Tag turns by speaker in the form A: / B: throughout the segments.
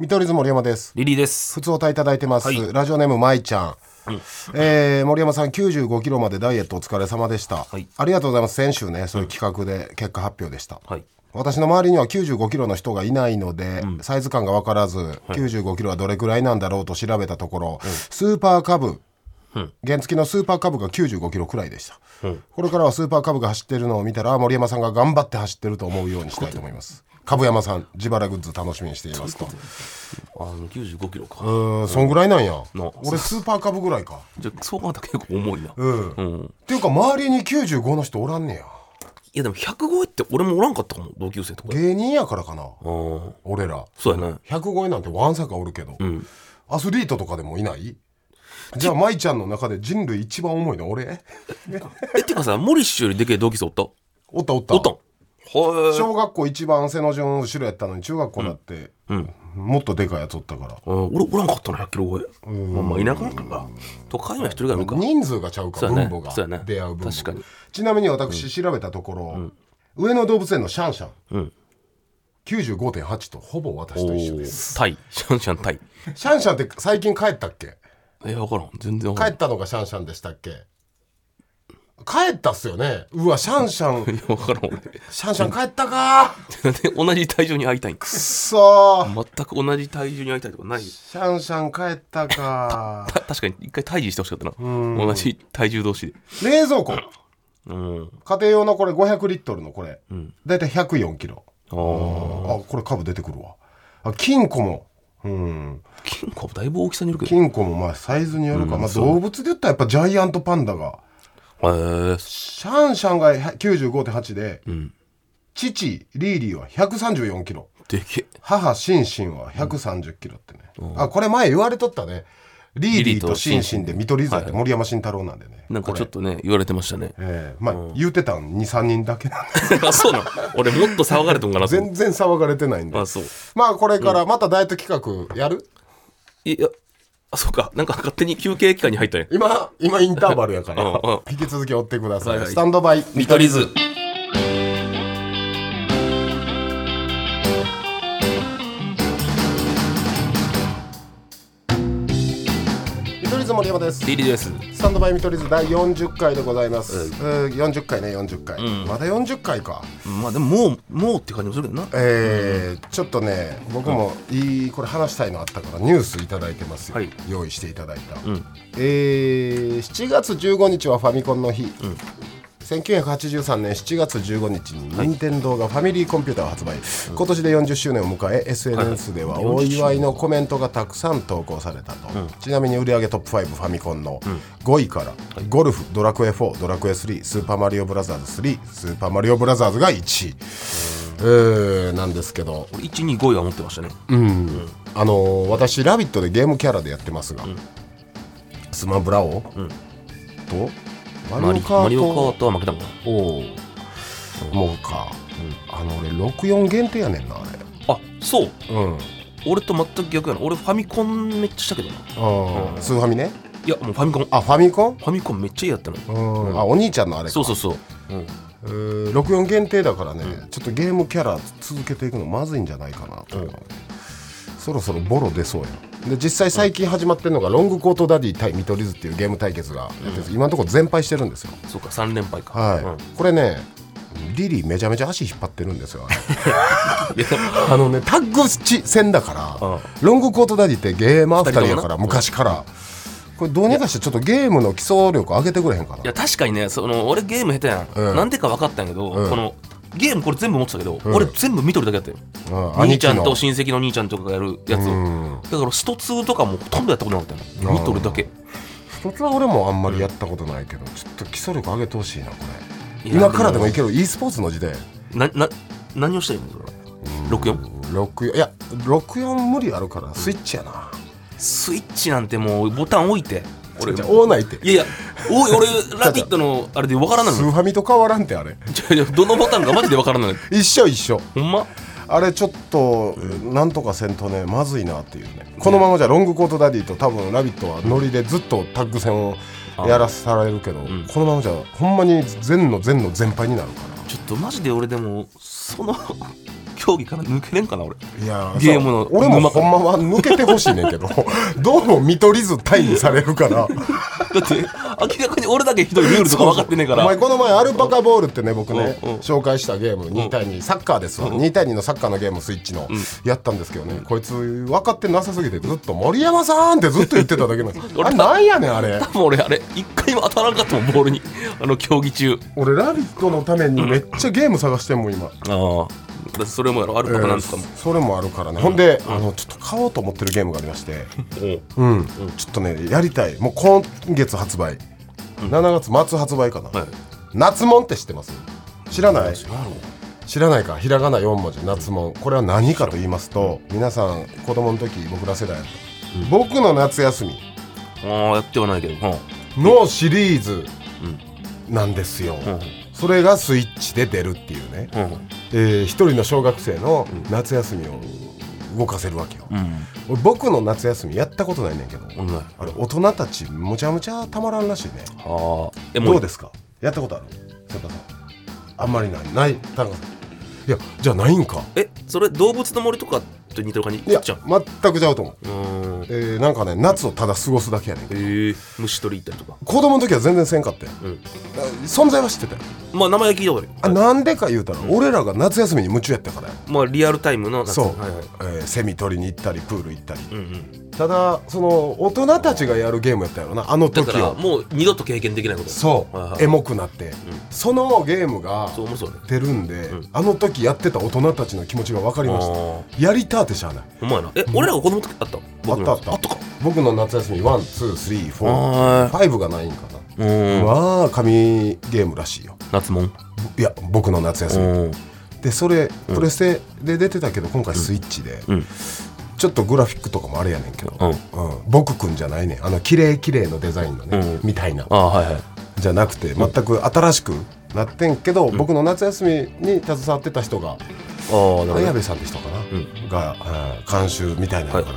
A: 見取り図森山です。
B: リリーです。
A: 普通おたいただいてます。
B: はい
A: ラジオネームまいちゃん。えー森山さん95キロまでダイエットお疲れ様でした、
B: い
A: ありがとうございます先週ねそういう企画で結果発表でした、
B: はい。
A: 私の周りには95キロの人がいないので、サイズ感が分からず、95キロはどれくらいなんだろうと調べたところ、スーパーカブ、原付のスーパーカブが95キロくらいでした、これからはスーパーカブが走ってるのを見たら森山さんが頑張って走ってると思うようにしたいと思います株山さん自腹グッズ楽しみにしていますと
B: あの95キロか。
A: うーんそんぐらいなんや
B: な
A: 俺スーパーカブぐらいか
B: じゃあそう考えたら結構重いな。
A: うん、っていうか周りに95の人おらんねや
B: いやでも100超えって俺もおらんかったかも同級生とかで。
A: 芸人やからかな
B: ああ。
A: 俺ら
B: そうやね。
A: 100超えなんてわんさかおるけど、
B: ん
A: アスリートとかでもいないじゃあ舞ちゃんの中で人類一番重いの俺
B: えってかさモリッシュよりでけえ同級生おった？
A: おったおった
B: おったん。はい。
A: 小学校一番背の順後ろやったのに中学校だって、
B: うん。
A: もっとでかいやつおったから
B: うん俺おらんかったな100キロ超え。まあまあ田舎だったから。都会には一人がいるか。
A: 人数がちゃうか
B: そうやね
A: 分母が
B: そうやね
A: 出会う分母
B: 確かに
A: ちなみに私調べたところ、上野動物園のシャンシャン、
B: うん
A: 95.8とほぼ私
B: お
A: と一緒
B: お
A: です。
B: タイ。シャンシャンタイ。
A: シャンシャンって最近帰ったっけ
B: えわからん。全然わから
A: 帰
B: ん。
A: ったのがシャンシャンでしたっけ帰ったっすよねうわシャンシ ャン
B: いやわからん俺。
A: シャンシャン帰ったか
B: なんで同じ体重に会いたいん
A: くっそー
B: 全く同じ体重に会いたいとかないよ。
A: シャンシャン帰ったか
B: た確かに一回退治してほしかったな。同じ体重同士で。
A: 冷蔵庫
B: うん。
A: 家庭用のこれ500リットルのこれ、
B: ん
A: だいたい104キロ
B: ああ。
A: あこれ株出てくるわあ金庫もうん
B: 金庫だいぶ大きさによるけど。へ
A: 金庫もまあサイズによるか、まあ、動物で言ったらやっぱジャイアントパンダが
B: え。
A: シャンシャンが95.8で、
B: ん
A: 父リーリーは134キロ
B: でけえ。
A: 母シンシンは130キロってね、あこれ前言われとったねリーリーとシンシンで見取り図だって森山慎太郎なんでね。
B: なんかちょっとね、言われてましたね
A: ええまあ、言うてたん23人だけなんで
B: あ、そうなん。俺もっと騒がれたんかなと思
A: 全
B: っ
A: 然騒がれてないん
B: て。
A: で
B: あ、そう。
A: まあこれからまたダイエット企画やる、
B: いや、あ、そうか。なんか勝手に休憩期間に入ったね。
A: 今今インターバルやから
B: うんうん
A: 引き続き追ってください、
B: はいはい
A: スタンドバイ
B: 見取り図。
A: 見取り図森山です
B: リリーです。
A: スタンドバイ見取り図第40回でございます、
B: はい
A: えー40回ね40回、まだ40回か
B: まあでも、もう、もうって感じもするけどな。
A: えーちょっとね僕もいいこれ話したいのあったからニュースいただいてますよ、
B: はい
A: 用意していただいた、
B: ん
A: えー7月15日はファミコンの日、1983年7月15日に任天堂がファミリーコンピューターを発売、今年で40周年を迎え SNS ではお祝いのコメントがたくさん投稿されたと、ちなみに売上トップ5ファミコンの5位から、ゴルフドラクエ4ドラクエ3スーパーマリオブラザーズ3スーパーマリオブラザーズが1位、えーなんですけど、
B: 俺、1、2、5位は持ってましたね。
A: あのー私「ラビット!」でゲームキャラでやってますが、スマブラを、とマ
B: マ
A: リ
B: リ
A: オカ
B: マリオカ
A: ー
B: ートは負けたもんか
A: トをもうか、あの俺64限定やねんなあれ
B: な。あ、そう。
A: うん
B: 俺と全く逆やな。俺、ファミコンめっちゃしたけどな。い
A: あースーファミね
B: や、もうファミコン。あ、
A: あファミコン
B: ファミコンめっちゃいいやったの。
A: うん、あお兄ちゃんのあれか
B: そうそうそう。うん。
A: えー64限定だからね、ちょっとゲームキャラ続けていくのまずいんじゃないかなと、そろそろボロ出そうやんで実際最近始まってるのが「ロングコートダディ対見取り図」っていうゲーム対決がやってるんです、今のところ全敗してるんですよ
B: そうか、3連敗か。
A: はい、
B: うん
A: これねリリーめちゃめちゃ足引っ張ってるんですよあれあのねタッグし戦だから、
B: うん
A: ロングコートダディってゲーマー2人や
B: 二人
A: か
B: と
A: ら
B: もな
A: 昔からこれどうにかしてちょっとゲームの基礎力上げてくれへんかない
B: や確かにねその俺ゲーム下手やん、
A: うん
B: なんでか分かったんやけど、
A: うん
B: このゲームこれ全部持ってたけど、
A: ん
B: 俺全部見とるだけだったよ、
A: うん
B: 兄ちゃんと
A: 兄貴
B: 親戚の兄ちゃんとかがやるやつを、
A: うん
B: だからスト2とかもほとんどやったことなかったよ見とるだけ
A: 一つは俺もあんまりやったことないけど、ちょっと基礎力上げてほしいなこれ
B: いや
A: 今からでもいける e スポーツの時代
B: なな何をしたらいいのそれは64
A: 64いや64無理あるからスイッチやな、
B: スイッチなんてもうボタン置いて俺
A: じゃあ
B: い
A: おないって
B: やいや おい俺「ラビット!」のあれで分からんない
A: スー
B: の
A: ファミと変わらんってあれ
B: ちょいやどのボタンかマジで分からんない
A: 一緒一緒
B: ほんま
A: あれちょっとなんとかせんとねまずいなっていうねこのままじゃロングコートダディと多分「ラビット!」はノリでずっとタッグ戦をやらされるけど、
B: ん
A: このままじゃほんまに全の全の全敗になるから
B: ちょっとマジで俺でもその 競技から抜けれんかな俺
A: いや
B: ゲームの
A: そう俺も
B: 沼
A: ほ
B: か
A: んまは抜けてほしいねんけ どどうも見取り図タイにされるから
B: だって明らかに俺だけひどいルールとか分かってねえから
A: お前この前アルパカボールってね僕ね、
B: うんうん
A: 紹介したゲーム2対2サッカーですわ、2対2のサッカーのゲームスイッチの、やったんですけどねこいつ分かってなさすぎてずっと「森山さん!」ってずっと言ってただけなん ですあれなんやねんあれ
B: 多分俺あれ一回も当たらんかったもんボールにあの競技中
A: 俺「ラビット!」のためにめっちゃゲーム探してんもん今、
B: ああそれもやろアルパカなんとかも、
A: それもあるからね、ほんであのちょっと買おうと思ってるゲームがありましてうん、ちょっとねやりたいもう今月発売、7月末発売かな、
B: はい
A: 夏もんって知ってます知らない知らないかひらがな4文字夏もんこれは何かと言いますと皆さん子供の時僕ら世代やった、僕の夏休み
B: ああやってはないけど、うん
A: のシリーズなんですよ、
B: ん
A: それがスイッチで出るっていうね、
B: うん
A: えー一人の小学生の夏休みを動かせるわけよ、
B: うん
A: 俺僕の夏休みやったことないねんけど、
B: うんない
A: あれ大人たちむちゃむちゃたまらんらしいね
B: ああえ
A: ど
B: も
A: う
B: う
A: ですかやったことある瀬田さんあんまりないない田中さんいやじゃあないんか
B: えそれ動物の森とかと似てる感じ
A: い
B: ち
A: や
B: っちゃんう
A: 全くちゃうと思う、
B: ーん
A: えーなんかね夏をただ過ごすだけやねん
B: えー、虫取り行ったりとか
A: 子供の時は全然せんかったよ、
B: うん
A: あ存在は知ってたよ
B: まあ名前は聞いたことある
A: あなんでか言うたら、俺らが夏休みに夢中やったからや
B: まあリアルタイムのなんか
A: そう、
B: はいはい
A: えーセミ取りに行ったりプール行ったり、
B: うんうん、
A: ただその大人たちがやるゲームやったよなあの
B: だ
A: 時
B: から
A: は
B: もう二度と経験できないこと
A: そう、
B: はいはい
A: エモくなって、そのゲームが
B: そう思うそうね
A: 出るんで、
B: ん
A: あの時やってた大人たちの気持ちが分かりま
B: あ
A: したやりたってしゃあない
B: ほんまやなえ、俺らが子供の時あった僕ら
A: あったあった
B: あったか
A: 僕の夏休み
B: あー
A: 12345がないんかな
B: うーん
A: まあ紙ゲームらしいよ
B: 夏もん
A: いや僕の夏休み
B: うん
A: でそれプレステで出てたけど今回スイッチで、
B: うん
A: ちょっとグラフィックとかもあれやねんけど、
B: うん
A: うん僕くんじゃないねあの綺麗綺麗のデザインのね、
B: うん
A: みたいな
B: ああはいはい
A: じゃなくて全く新しくなってんけど、僕の夏休みに携わってた人が
B: ああなる
A: 綾
B: ほ
A: 部さんでしたかな、が、えー監修みたいなのか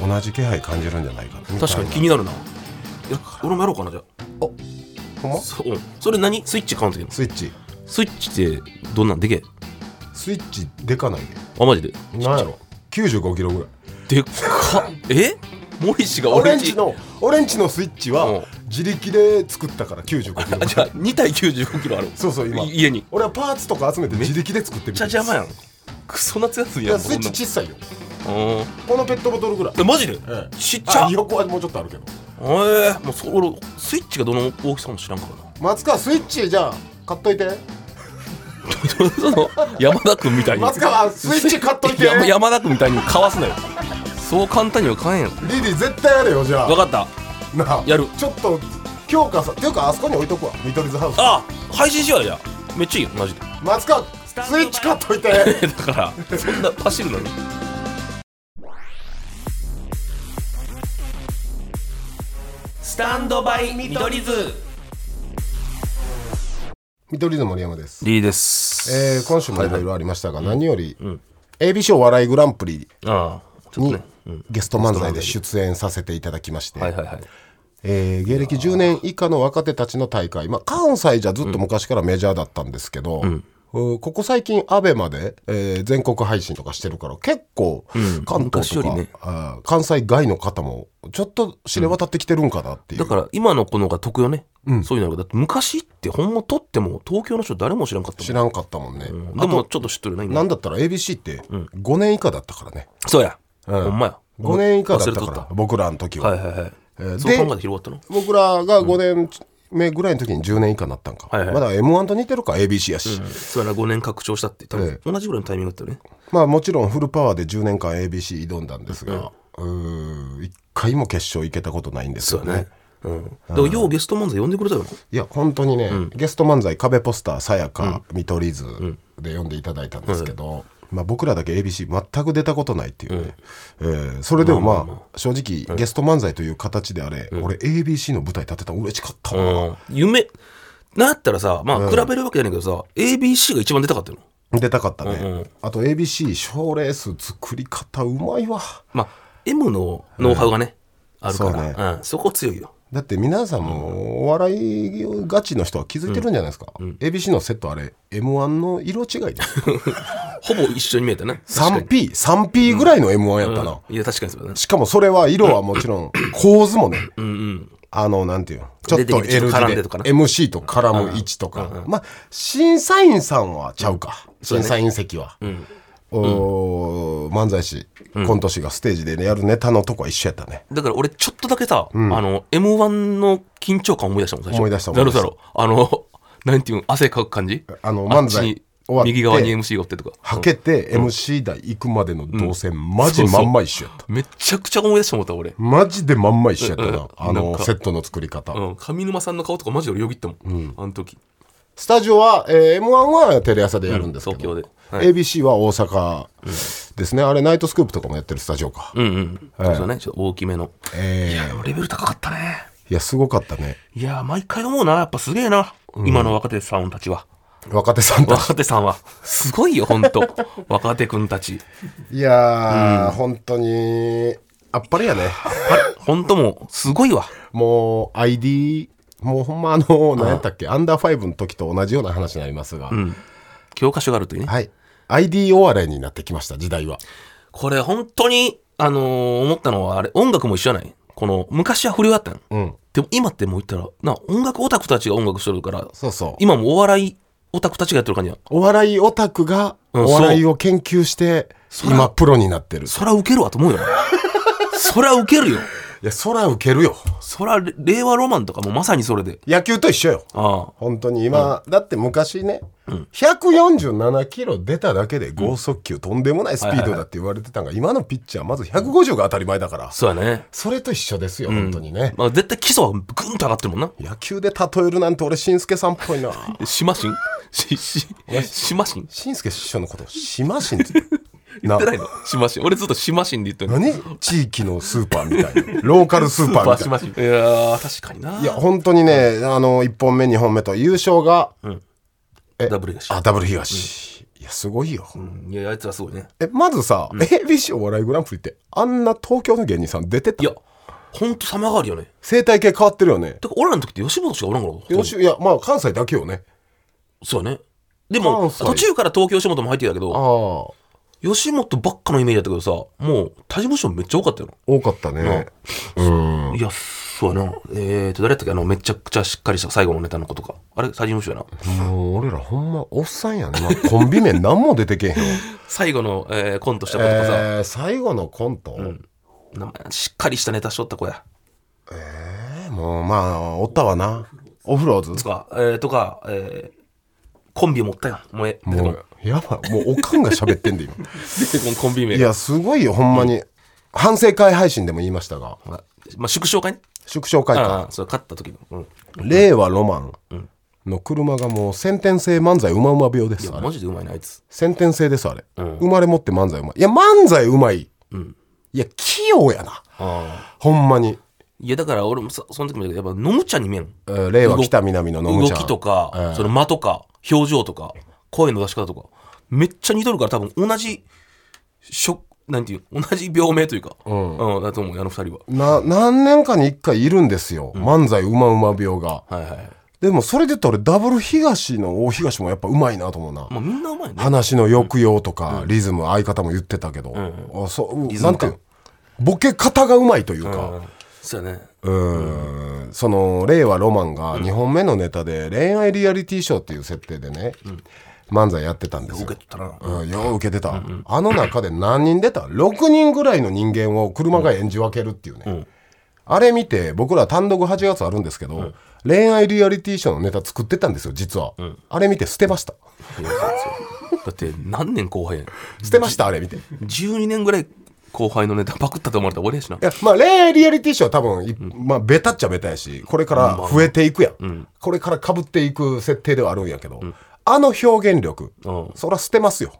A: ら、同じ気配感じるんじゃないかな
B: ど確かに気になるないや俺もやろうかなじゃ
A: ほんま
B: あそ,、うん、それ何スイッチ買うんだけど
A: スイッチ
B: スイッチってどんなんでけえ
A: スイッチでかない
B: あマジで
A: でなんやろ95キロぐらい
B: でっかえ森氏が
A: オレ
B: 俺
A: ン
B: んち
A: ジのオレンジのスイッチ
B: う
A: は
B: ん
A: 自力で作ったから95キロぐらい
B: あじゃあ2対95キロある
A: そうそう今
B: い家にめっ
A: 俺はパーツとか集めて自力で作ってみ
B: ちゃ
A: た
B: 邪魔やんクソ夏休み
A: い
B: や
A: や
B: ん
A: スイッチ小さいよ
B: こんなんうん
A: このペットボトルぐらい、
B: えマジで、
A: ええ
B: ちっちゃ
A: あ
B: え
A: 横はもうちょっとあるけど
B: えもうそ俺スイッチがどの大きさも知らんからな
A: 松川スイッチじゃあ買っといて
B: その山田君みたいに
A: 松川スイッチ買っといて
B: 山山田君みたいにかわすなよそう簡単には買えんやろ
A: リリー絶対やれよじゃあ
B: 分かった
A: なあ
B: やる
A: ちょっと強化さっていうかあそこに置いとくわ見取り図ハウス
B: あ配信しようやじゃあめっちゃいいよマジで
A: 松川スイッチ買っといて
B: だからそんな走るのにスタンドバイ見取り図
A: 見取り図森山です、
B: リーです
A: えー、今週もいろいろありましたが、何より、
B: ん
A: AB 賞笑いグランプリ
B: ああちょっ
A: に
B: とねうん
A: ゲスト漫才で出演させていただきまして、
B: はいはいはい
A: えー芸歴10年以下の若手たちの大会、まあ、関西じゃずっと昔からメジャーだったんですけど、うんここ最近アベまで、えー全国配信とかしてるから結構関東と
B: 昔よ
A: か、
B: りね
A: あー関西外の方もちょっと知れ渡ってきてるんかなっていう、
B: だから今の子の方が得よね、そういうのがだって昔ってほんま撮っても東京の人誰も知らんかったもん
A: 知らんかったもんね、
B: うんでもちょっと知っとるな今
A: なんだったら ABC って5年以下だったからね、
B: そうや、ほんまや
A: 5年以下だった
B: 忘れと
A: から僕らの時は、
B: はいはいはい、
A: ー
B: そう
A: で
B: 考えて広がったの
A: 僕らが5年目ぐらいの時に10年以下になったんか、
B: はいはい
A: まだ m 1と似てるか ABC やし、
B: そうやな5年拡張したって多
A: え
B: 分同じぐらいのタイミングだったよね
A: まあもちろんフルパワーで10年間 ABC 挑んだんですが、うーん、1回も決勝行けたことないんですよね。
B: うん、だからようゲスト漫才呼んでくれたよ
A: いや、本当にね、ゲスト漫才、壁ポスター、さやか、見取り図で呼んでいただいたんですけど、まあ、僕らだけ ABC 全く出たことないっていうね、えーそれでもまあ、正直、ゲスト漫才という形であれ、俺 ABC の舞台立てたら嬉しかったわ、
B: な、うん、夢なんやったらさまあ比べるわけじゃないけどさ、ABC が一番出たかったよな
A: 出たかったね。
B: うんうん
A: あと ABC 賞レース作り方うまいわ。
B: まあ M のノウハウがね、あるから
A: そうね
B: うん、そこ強いよ
A: だって皆さんもお笑いガチの人は気づいてるんじゃないですか、ABC のセットあれ m 1の色違いです
B: ほぼ一緒に見えたな。確か
A: 3P3P ぐらいの m 1やったな、
B: にいや、確かにそうだな。
A: しかもそれは色はもちろ ん構図もね、あのなんていうのちょっ
B: 出て
A: と
B: きて
A: L 字
B: 絡ん
A: で
B: でとかな
A: MC と絡む位置とかまあ審査員さんはちゃうか、審査員席は、おー漫才師、コント師がステージで、ね、やるネタのとこは一緒やったね
B: だから俺、ちょっとだけさ、あの、M1 の緊張感思い出したもん、最初。
A: 思い出した思
B: ない
A: 出
B: る
A: した
B: だろう。あの、 なんていうん、汗かく感じ
A: あの漫才
B: っちに
A: 終わって
B: 右側に MC がおってとか。
A: はけて MC 台行くまでの動線、マジまんま一緒やった
B: めちゃくちゃ思い出したもん、俺。
A: マジでまんま一緒やったな、
B: うんうん
A: あ
B: なん
A: の
B: か
A: セットの作り方、
B: うん、上沼さんの顔とかマジで俺よぎったもん、あの時
A: スタジオは、えー、m 1はテレ朝でやるんですけど、
B: うん東京では
A: ABC は大阪ですね、あれナイトスクープとかもやってるスタジオか、
B: うんうん、そうだねちょっと大きめの
A: えー
B: いやでもレベル高かったね
A: いやすごかったね
B: いや毎回思うなやっぱすげえな、今の若手さんたちは
A: 若手さんたち
B: 若手さんはすごいよ本当 若手くんたち
A: いやー、本当にあっぱれやね
B: 本当もうすごいわ
A: もう ID もうほんまあの何やったっけアンダーファイブの時と同じような話になりますが、
B: 教科書があるというね
A: はい ID お笑いになってきました時代は
B: これ本当にあのー思ったのはあれ音楽も一緒じゃないこの昔は不良だったの、
A: うん
B: でも今ってもう言ったらな音楽オタクたちが音楽しとるから
A: そうそう
B: 今もお笑いオタクたちがやってる感じや
A: お笑いオタクが
B: うん
A: お笑いを研究して
B: そう
A: 今プロになってる
B: そらウケるわと思うよ。 そらウケるよ。
A: いやそらウケるよ
B: そら令和ロマンとかもまさにそれで。
A: 野球と一緒よ
B: あ
A: 本当に今、だって昔ね、147キロ出ただけで剛速球、とんでもないスピードだって言われてたんが、今のピッチャーまず150が当たり前だから、
B: あ、そうやね。
A: それと一緒ですよ、本当にね、
B: まあ、絶対基礎はぐんと上がってるもんな。
A: 野球で例えるなんて俺しんすけさんっぽいな
B: しましんし、し、しましん
A: しんすけ師匠のことしましんって言って
B: 言ってないのしましん。俺ずっとしましんで言ってるの。
A: 何地域のスーパーみたいなローカルスーパーみた
B: し
A: いな
B: ましん。いやー、確かにな。
A: いや本当にねあの1本目2本目と優勝が、え
B: ダブル東
A: あダブル東、いやすごいよ、
B: うんいや、あいつはすごいね。
A: えまずさ、ABC お笑いグランプリってあんな東京の芸人さん出てた
B: いや、ほんと様変わりよね。
A: 生態系変わってるよね
B: てか、俺らの時って吉本しかおらんから。
A: よしいやまあ関西だけよね
B: そうやね。でも、
A: 関西
B: 途中から東京吉本も入ってきたけ
A: あ
B: ど、
A: あ
B: 吉本ばっかのイメージだったけどさ、もう、他事務所めっちゃ多かったよな。
A: 多かったねうん
B: いや、そうやな。えーと、誰だったっけあの、めちゃくちゃしっかりした最後のネタの子とか。あれ、最事務所やな。
A: もう俺らほんまおっさんやな コンビ名何も出てけへんよ、
B: 最後の、えーコントした
A: え
B: 子とかさ、
A: ー最後のコント、
B: 名前しっかりしたネタしとった子や。
A: えもうまあおったわなオフローズ
B: とか、えーとか、えーコンビ持ったやん。もうええ、出てこ
A: も
B: ん
A: うやばいもうおかんが喋ってんで今
B: 出てこんコンビ名
A: い。やすごいよほんまに、反省会配信でも言いましたが
B: まあ、まあ、縮小会ね。
A: 縮小会か
B: ああ、そう、勝った時の。うん。
A: 令和ロマンの車がもう先天性漫才うまうま病ですあれ
B: マジでうまいな、あいつ。
A: 先天性ですあれ、生まれ持って漫才うまいいや漫才うまい、いや器用やな
B: ああ。
A: ほんまに、
B: いや、だから俺もさその時も言ったけど、やっぱ、のむちゃんに見えん。
A: えー令和北南ののむ
B: 動
A: ちゃん
B: きとか、その間とか、表情とか、声の出し方とか、めっちゃ似とるから多分同じ、しょ、なんていう、同じ病名というか、うん、だと思うよ、あの二人は。
A: な何年かに1回いるんですよ、漫才うまうま病が
B: はいはい。
A: でもそれで言ったら俺ダブル東の大東もやっぱうまいなと思うな、
B: まあみんなうまいね。
A: 話の抑揚とか、リズム相方も言ってたけど、あそう
B: リズ
A: な
B: ム
A: んてい
B: 感
A: うボケ方がうまいというか、
B: うんそうやね。
A: うーんその令和ロマンが2本目のネタで恋愛リアリティショーっていう設定でね、漫才やってたんですよ
B: 受けとったな。
A: うん、よう受けてた、あの中で何人出た6人ぐらいの人間を車が演じ分けるっていうね、あれ見て僕ら単独8月あるんですけど、恋愛リアリティショーのネタ作ってたんですよ実は、あれ見て捨てました
B: いやそうそうだって何年後輩やね
A: 捨てましたあれ見てい
B: ん ?12 年ぐらい後輩のネタパクったと思われたら俺やしな。
A: やまあ恋愛リアリティショーは多分、いまあベタっちゃベタやしこれから増えていくやん、これからかぶっていく設定ではあるんやけど、あの表現力、
B: うん
A: そら捨てますよ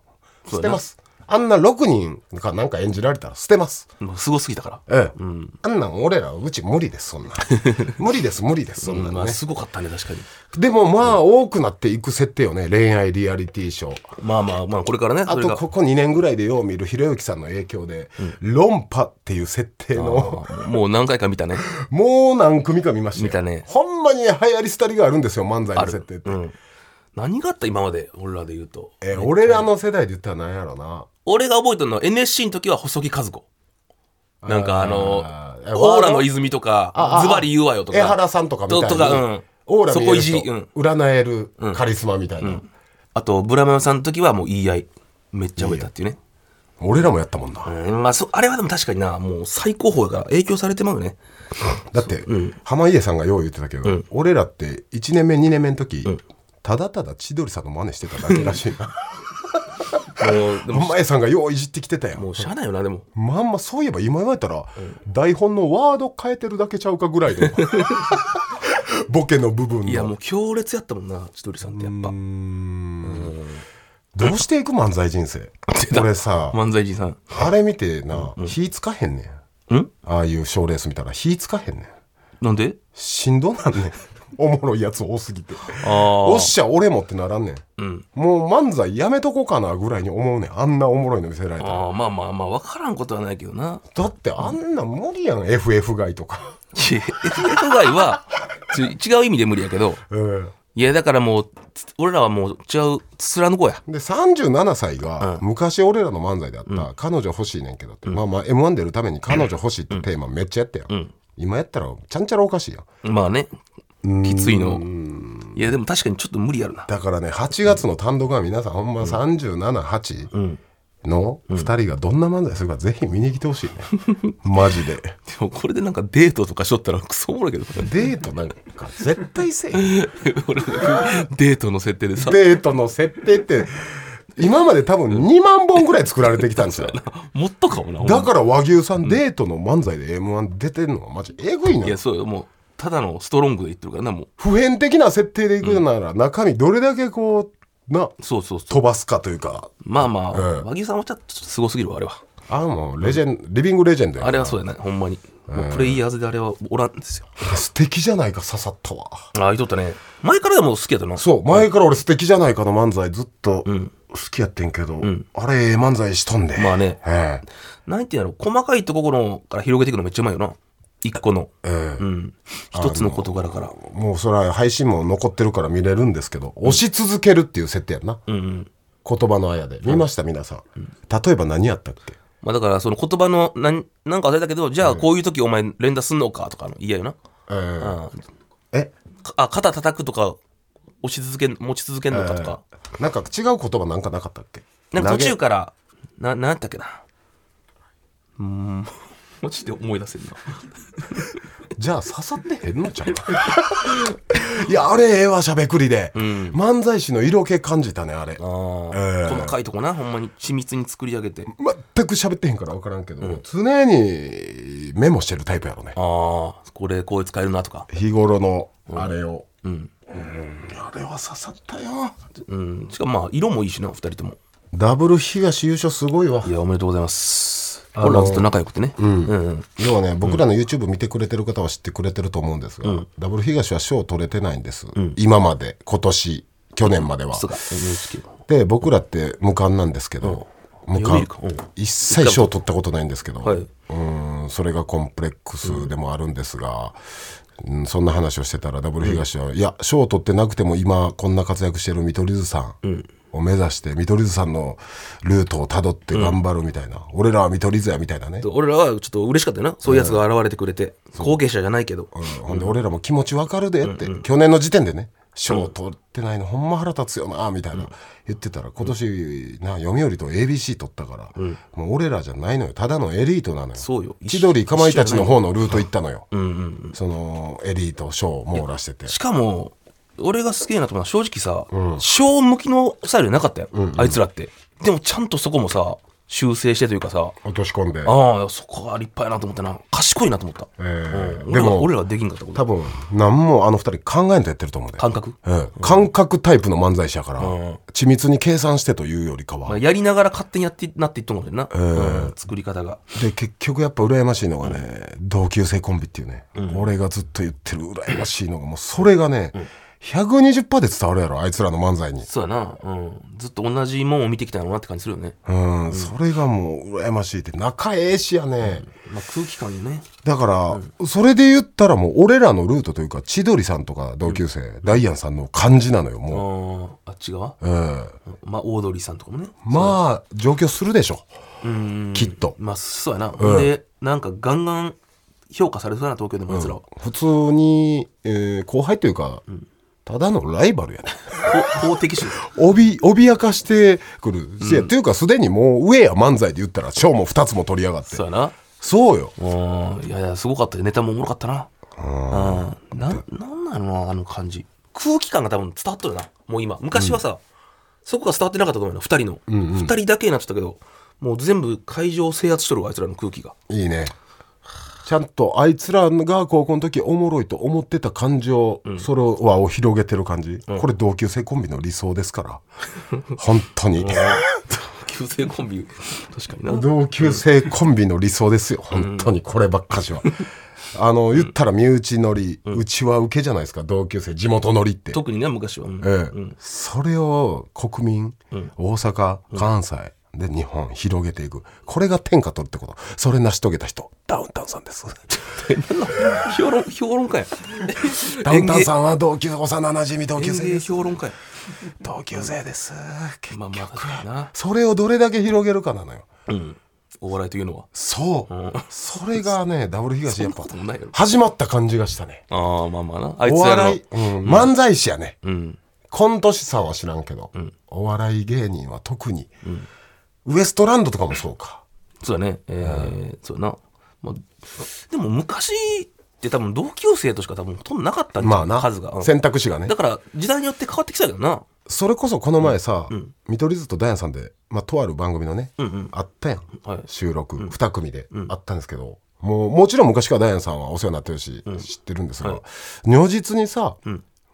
B: そ
A: 捨
B: う
A: て
B: やな
A: ますあんな6人かなんか演じられたら捨てます。
B: もうすごすぎたから。
A: ええあんなん俺らうち無理です そんなん無理です無理ですそんな
B: ま
A: の
B: あ、
A: ね、
B: すごかったね、確かに。
A: でもまあ多くなっていく設定よね恋愛リアリティショー
B: まあまあまあ、これからね、
A: あ
B: それ
A: と
B: が。
A: ここ2年ぐらいでよう見るひろゆきさんの影響で、論破っていう設定の
B: もう何回か見たね。
A: もう何組か見ましたよ
B: 見たね
A: ほんまに流行り廃りがあるんですよ漫才の設定って、
B: うん。何があった今まで、俺らで言うと。
A: え俺らの世代で言ったら何やろな
B: 俺が覚えてるのは NSC の時は細木和子。なんかあの
A: あ、ー
B: オーラの泉とか、ズバリ言うわよとか。
A: 江原さんとかみたいに
B: ととか、うん。
A: オーラ
B: そ
A: 見え
B: こ
A: る
B: いじり、
A: 人、
B: うん。
A: 占えるカリスマみたいな、
B: あと、ブラマヨさんの時はもう言い合い。めっちゃ覚えたっていうね。
A: 俺らもやったもんな、
B: うん、まあそ、あれはでも確かにな、もう最高峰やから影響されてまうよね。
A: だって、濱家さんがよう言ってたけど、俺らって1年目2年目の時、ただただ千鳥さんの真似してただけらしいな
B: もう、で も、
A: 濱家さんがよういじってきてたやん
B: もうしゃあないよな、でも。
A: まんまそういえば今言われたら、台本のワード変えてるだけちゃうかぐらいのボケの部分の
B: いや、もう強烈やったもんな、千鳥さんってやっぱ。
A: どうしていく漫才人 生
B: た
A: 俺さ
B: 漫才人さん。
A: あれ見てな、火つかへんねん
B: ん
A: ああいう賞レース見たら火つかへんねん
B: なんで
A: しんどなんねん おもろいやつ多すぎて
B: ああ。
A: おっしゃ俺もってならんねん、
B: ん
A: もう漫才やめとこうかなぐらいに思うねんあんなおもろいの見せられたら
B: ああまあまあまあ、わからんことはないけどな。
A: だってあんなん無理やん FF 街とか、
B: いや FF 外は、ち違う意味で無理やけど。
A: うん
B: いや、だからもう、つ俺らはもう違う、つらの子や。
A: で37歳が昔俺らの漫才であった「彼女欲しいねんけど」って、まあまあ m 1出るために「彼女欲しい」ってテーマめっちゃやったやん、今やったらちゃんちゃらおかしいやん
B: まあね、きついの。いや、でも確かにちょっと無理やるな。
A: だからね8月の単独は皆さんほんま378の2人がどんな漫才するかぜひ見に来てほしいねマジで
B: でもこれでなんかデートとかしとったらクソおもろいけど。
A: デートなんか絶対せえへん
B: 俺デートの設定でさ、
A: デートの設定って今まで多分2万本ぐらい作られてきたんですよ
B: もっとかもな。ほんま
A: だから和牛さんデートの漫才で m 1出てるのはマジえぐいない
B: や、そうよ、もう、ただのストロングで言ってるからな、も
A: 普遍的な設定でいくなら中身どれだけこうな
B: う。そうそうそう。
A: 飛ばすかというか
B: まあまあ、
A: ええ
B: 和牛さんはちょっとすごすぎるわ、あれは。
A: ああもうレジェンリビングレジェンドや
B: あれはそうやね、ほんまに。もうプレイヤーズであれはおらんですよ。
A: 素敵じゃないか刺さったわ
B: ああ、言っとったね。前からでも好きやったな。
A: そう前から俺素敵じゃないかの漫才ずっと好きやってんけど、あれええ漫才しとんで
B: まあね
A: ええ
B: なんていうんやろ、細かいところから広げていくのめっちゃうまいよな。一個の。
A: ええ
B: うん。一つの事柄から。
A: もうそれは配信も残ってるから見れるんですけど押し続けるっていう設定やんな、
B: うんうん。
A: 言葉のあやで見ました皆さん、例えば何やったっけ
B: まあだから、その言葉の、なん、なんか忘れたけど、じゃあこういう時お前連打すんのかとかの嫌よな。
A: ええ
B: あ
A: え
B: ああ、肩叩くとか、押し続けん、持ち続けんのかとか。
A: なんか違う言葉なんかなかったっけ
B: なんか途
A: 投
B: 中
A: げ
B: から、な、なんやったっけな。 うーん。マジで思い出せんな。
A: じゃあ刺さってへんのちゃ ういやあれええわしゃべくりで、漫才師の色気感じたねあれ
B: ああ。細かいとこな、ほんまに緻密に作り上げて。
A: 全く喋ってへんから分からんけど、常にメモしてるタイプやろね
B: ああ、これ、こう使えるなとか。
A: 日頃のあれをうん、あれは刺さったよ
B: うん。しかもまあ、色もいいしな、二人とも。
A: ダブル東優勝すごいわ
B: いや、おめでとうございます。俺らずっと仲良くてね。うん。うん。
A: 要はね僕らの YouTube 見てくれてる方は知ってくれてると思うんですが、ダブル東は賞取れてないんです、今まで今年去年までは
B: そうか、NHK。
A: で僕らって無冠なんですけど、無冠
B: 読めるかうん
A: 一切賞取ったことないんですけど、
B: はいう
A: ーんそれがコンプレックスでもあるんですが、うんそんな話をしてたらダブル東は、いや賞を取ってなくても今こんな活躍してる見取り図さん、を目指して見取り図さんのルートをたどって頑張るみたいな、俺らは見取り図やみたいなね、
B: 俺らはちょっと嬉しかったよな。そういうやつが現れてくれて。後継者じゃないけど。
A: うんほんで俺らも気持ちわかるでって、去年の時点でね賞を取ってないのほんま腹立つよなみたいな言ってたら今年な読売と ABC 取ったから、もう俺らじゃないのよただのエリートなのよ
B: そうよ
A: 千鳥かまいたちの方のルート行ったのよ、そのエリート賞を網羅してて
B: しかも、俺がすげえなと思うのは正直さ、小向きのスタイルなかったよ、あいつらって。でもちゃんとそこもさ、修正してというかさ
A: 落とし込んで、
B: ああそこは立派やなと思ったな賢いなと思った、
A: えー
B: うん
A: で
B: 俺は
A: も
B: 俺らはできんかったこと
A: 多分何もあの二人考えんとやってると思うで、
B: 感覚、
A: ええ感覚タイプの漫才師やから、
B: ん
A: 緻密に計算してというよりかは、
B: まあ、やりながら勝手にやってなっていっとんかもしれんな、うん作り方が
A: で結局やっぱ羨ましいのがね、同級生コンビっていうね、俺がずっと言ってる羨ましいのがもうそれがね、120%で伝わるやろあいつらの漫才に
B: そうやな、うん、ずっと同じもんを見てきたんやろうなって感じするよね、
A: うん、それがもう羨ましいって仲ええしやね、
B: まあ、空気感よね
A: だから、それで言ったらもう俺らのルートというか千鳥さんとか同級生、ダイアンさんの感じなのよ
B: あ
A: も
B: ーあっち側、
A: う、うん、
B: まあオードリーさんとかもね
A: まあ上京するでしょ
B: うん
A: きっと
B: まあそうやな、でなんかガンガン評価されそうやな東京でもやつらは、
A: 普通に、えー後輩というか、ただのライバルやね
B: こう公的心
A: おび脅かしてくる、いやというかすでにもう上や漫才で言ったら賞も2つも取り上がって
B: そうやな
A: そうよ
B: うんいやいやすごかったよネタもおもろかったなうんなんなんなのあの感じ空気感が多分伝わっとるなもう今昔はさ、そこが伝わってなかったと思うよ2人の、二人だけになってたけどもう全部会場を制圧しとるわあいつらの空気が
A: いいねちゃんとあいつらが高校の時おもろいと思ってた感情、それを輪を広げてる感じ、これ同級生コンビの理想です から本当に
B: 旧姓コンビ確かにな
A: 同級生コンビの理想ですよ本当にこればっかしは。あの言ったら身内乗り、うちは受けじゃないですか同級生地元乗りって
B: 特にね昔は、うん
A: ええそれを国民、大阪関西で日本広げていくこれが天下取るってことそれ成し遂げた人ダウンタウンさんです
B: 評論評論家や
A: ダウンタウンさんは同級幼なじみ同
B: 演
A: 級生
B: 芸
A: です
B: 評論家や
A: 同級生です結
B: まあまあ確かにな、
A: それをどれだけ広げるかなのよ
B: うん、お笑いというのは
A: そう、それがねダブル東やっぱ
B: そんなこともないよ
A: 始まった感じがしたね
B: ああまあまあなあいつ
A: お
B: らの
A: 笑い、うん漫才師やね、
B: うん
A: コント師さんは知らんけど、お笑い芸人は特に、ウエストランドとかもそうか、
B: そうだねえーそうだな、まあ、でも昔って多分同級生としか多分ほとんどなかったんじゃん
A: まあな
B: 数が、うん
A: 選択肢がね
B: だから時代によって変わってきたけどな
A: それこそこの前さ、見取り図とダイアンさんで、まあ、とある番組のね、あったやん、
B: はい
A: 収録、二2組で、あったんですけどもうもちろん昔からダイアンさんはお世話になってるし、知ってるんですが、如実にさ、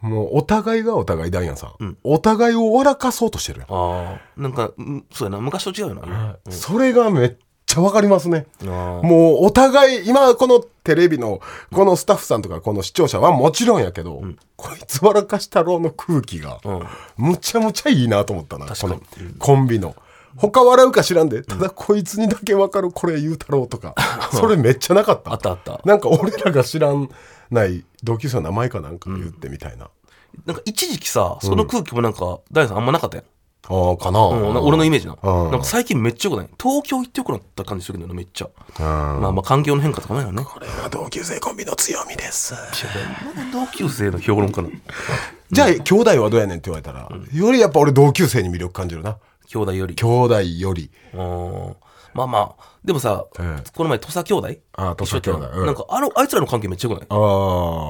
A: もうお互いがお互いダイアンさん、お互いを笑かそうとしてるやん、
B: ああなんかうんそうやな昔と違うよな、
A: それがめっちゃわかりますね、
B: あ
A: もうお互い今このテレビのこのスタッフさんとかこの視聴者はもちろんやけど、こいつ笑かしたろうの空気が
B: ん
A: むちゃむちゃいいなと思ったな、
B: 確
A: こ
B: かに
A: のコンビの。他笑うか知らんで、ただこいつにだけ分かるこれ言うたろうと か、それめっちゃなかった。
B: あったあった
A: なんか俺らが知らんない同級生の名前かなんか言ってみたいな。
B: なんか一時期さその空気もなんか、ダイアンさんあんまなかったやん
A: ああ、かな、
B: うんな俺のイメージな。
A: うん
B: なんか最近めっちゃよくない東京行ってよくなった感じするけどな、めっちゃ。
A: うん
B: まあまあ環境の変化とかないよね。
A: これが同級生コンビの強みです。
B: 同級生の評論家な。
A: じゃあ、兄弟はどうやねんって言われたら、よりやっぱ俺同級生に魅力感じるな。
B: 兄弟より。
A: 兄弟より。
B: うんまあまあ、でもさ、
A: ええ
B: この前土佐兄弟
A: ああ土佐
B: 一緒やった
A: 兄弟うん
B: なんかあの、あいつらの関係めっちゃよくない
A: ああ、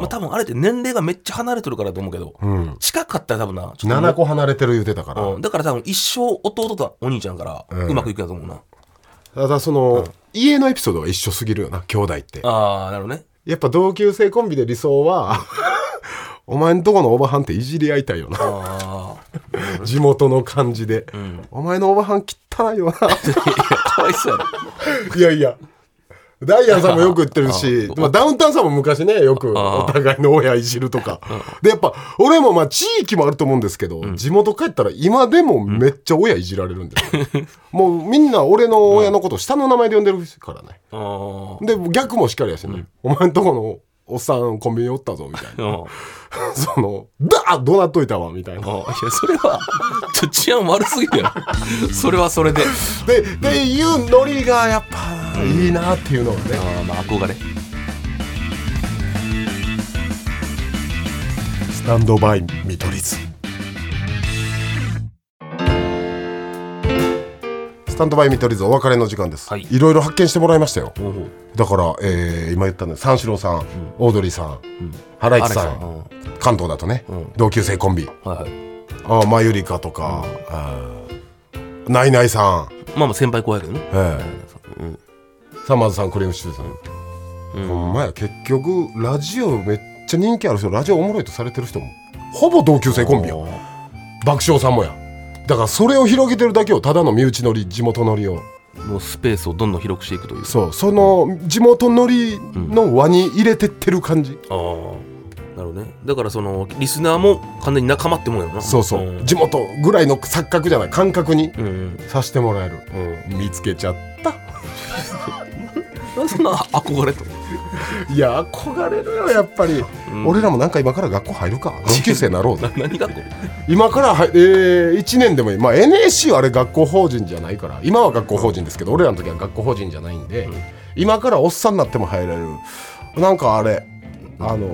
B: まあ多分あれって年齢がめっちゃ離れてるからだと思うけど、近かったら多分な、ちょっ
A: 7個離れてる言うてたから、
B: とうん、だから多分一生弟とお兄ちゃんからうまくいくんだと思うな。
A: ただその、家のエピソードが一緒すぎるよな兄弟って
B: ああ、なるほどね。
A: やっぱ同級生コンビで理想は お前んとこのおばはんっていじり合いたいよな
B: ああ。
A: 地元の感じで、お前のおばはん汚いよな
B: いやかわいそうやな。
A: いやいやダイアンさんもよく言ってるし、まあ、ダウンタウンさんも昔ねよく
B: あ
A: お互いの親いじるとかでやっぱ俺もまあ地域もあると思うんですけど、地元帰ったら今でもめっちゃ親いじられるんだよ、 ねもうみんな俺の親のこと下の名前で呼んでるからね、
B: あー
A: で逆もしっかりやしね、お前んとこのおっさんコンビニおったぞみたいな
B: うん
A: その「だーどなっといたわ」みたいな
B: あいや、それは、ちょ、治安悪すぎるやろ。それはそれで。
A: ででいうノリがやっぱいいなっていうのがね、
B: あまあ、憧れ。
A: スタンドバイ見取り図スタンドバイ見取り図お別れの時間です、
B: はい
A: いろいろ発見してもらいましたよ
B: おう
A: だから、えー今言ったね三四郎さん、オードリーさん、ハライチさん
B: ハライチさんうん
A: 関東だとね、
B: ん
A: 同級生コンビ
B: はいはい。
A: ああマユリカとか、ああナイナイさん
B: まあまあ先輩後輩やけどね
A: ええさあまずさんクレームしてたね、ほんまや結局ラジオめっちゃ人気ある人ラジオおもろいとされてる人もほぼ同級生コンビや爆笑さんもやだからそれを広げてるだけをただの身内乗り地元乗りを
B: もうスペースをどんどん広くしていくという
A: そうその地元乗りの輪に入れてってる感じ、
B: ああなるほどねだからそのリスナーも完全に仲間ってもんやろな
A: そうそう、
B: ん
A: 地元ぐらいの錯覚じゃない感覚に
B: うんうん、
A: さしてもらえる、
B: う
A: 見つけちゃった
B: なんでそんな憧れと
A: いや憧れるよやっぱり、
B: ん
A: 俺らもなんか今から学校入るか同級生になろうぜ
B: な何学校
A: 今からは、えー、1年でもいい、まあ、NSC はあれ学校法人じゃないから今は学校法人ですけど俺らの時は学校法人じゃないんで、今からおっさんになっても入れるなんかあれあの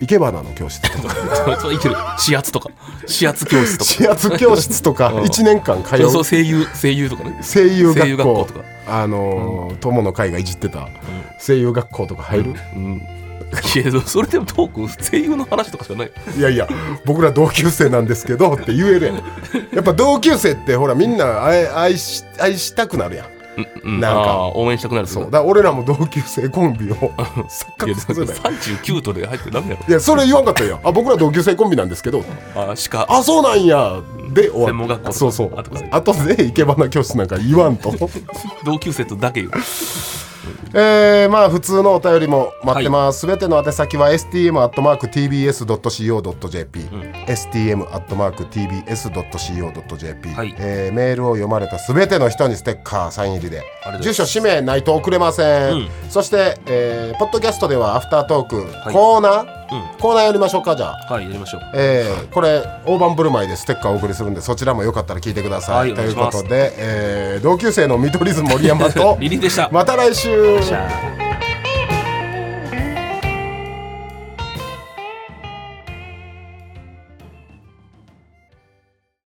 A: 生け花の教室と か
B: そ それいける指圧とか指圧教室とか
A: 指圧教室とか
B: うん
A: 1年間通
B: そ
A: う
B: うそう声優声優とかね
A: 声優
B: 声優
A: 学
B: 学校
A: 校
B: とか
A: あのー友の会がいじってた声優学校とか入る、
B: うんいやそれでもトーク声優の話とかしかない
A: いやいや僕ら同級生なんですけどって言えるやんやっぱ同級生ってほらみんな愛愛し愛したくなるやん
B: うん
A: なんか
B: あー応援したくなる
A: そうだから俺らも同級生コンビを錯
B: いや
A: 覚させない
B: 39度で入ってダメやろ
A: いやそれ言わんかったよあ僕ら同級生コンビなんですけど
B: あーしか
A: あそうなんやで終わ
B: 専門学校とか
A: そうそう
B: あとか
A: あとでいけばな教室なんか言わんと
B: 同級生とだけ言う
A: えー、まあ普通のお便りも待ってますすべ、ての宛先は stm.tbs.co.jp、stm.tbs.co.jp、
B: はい
A: えーメールを読まれたすべての人にステッカーサイン入りで
B: ありがとうございます
A: 住所氏名ないと送れません、
B: うん
A: そして、えーポッドキャストではアフタートーク、
B: い
A: コーナー、
B: う
A: コーナーやりましょうかじゃあ
B: はいやりましょう
A: えーこれ大盤振る舞いでステッカーをお送りするんでそちらもよかったら聞いてください、
B: はいお
A: と
B: 願
A: い
B: いうし
A: こ
B: ます
A: とで、えー同級生の見取り図森山と
B: リリーでした
A: また来週
B: じゃあ